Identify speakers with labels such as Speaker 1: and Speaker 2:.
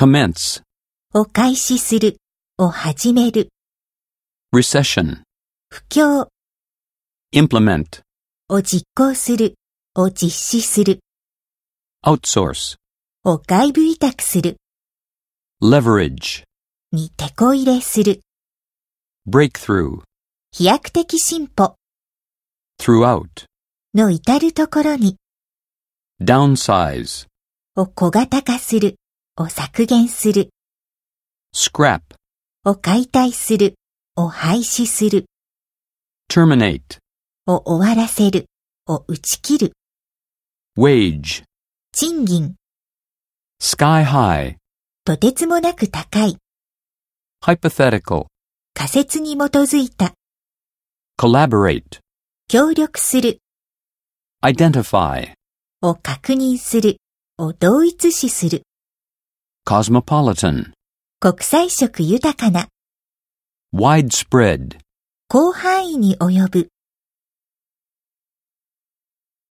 Speaker 1: commence,
Speaker 2: を開始する、を始める、
Speaker 1: recession,
Speaker 2: 不況
Speaker 1: implement,
Speaker 2: を実行する、を実施する、
Speaker 1: outsource,
Speaker 2: を外部委託する、
Speaker 1: leverage,
Speaker 2: に手こ入れする、
Speaker 1: breakthrough,
Speaker 2: 飛躍的進歩
Speaker 1: throughout,
Speaker 2: の至るところに、
Speaker 1: downsize,
Speaker 2: を小型化する、を削減する、
Speaker 1: scrap,
Speaker 2: を解体する、を廃止する、
Speaker 1: terminate,
Speaker 2: を終わらせる、を打ち切る、
Speaker 1: wage,
Speaker 2: 賃金、
Speaker 1: sky high,
Speaker 2: とてつもなく高い、
Speaker 1: hypothetical,
Speaker 2: 仮説に基づいた、
Speaker 1: collaborate,
Speaker 2: 協力する、
Speaker 1: identify,
Speaker 2: を確認する、を同一視する、
Speaker 1: cosmopolitan,
Speaker 2: 国際色豊かな、
Speaker 1: widespread.
Speaker 2: 広範囲に及ぶ。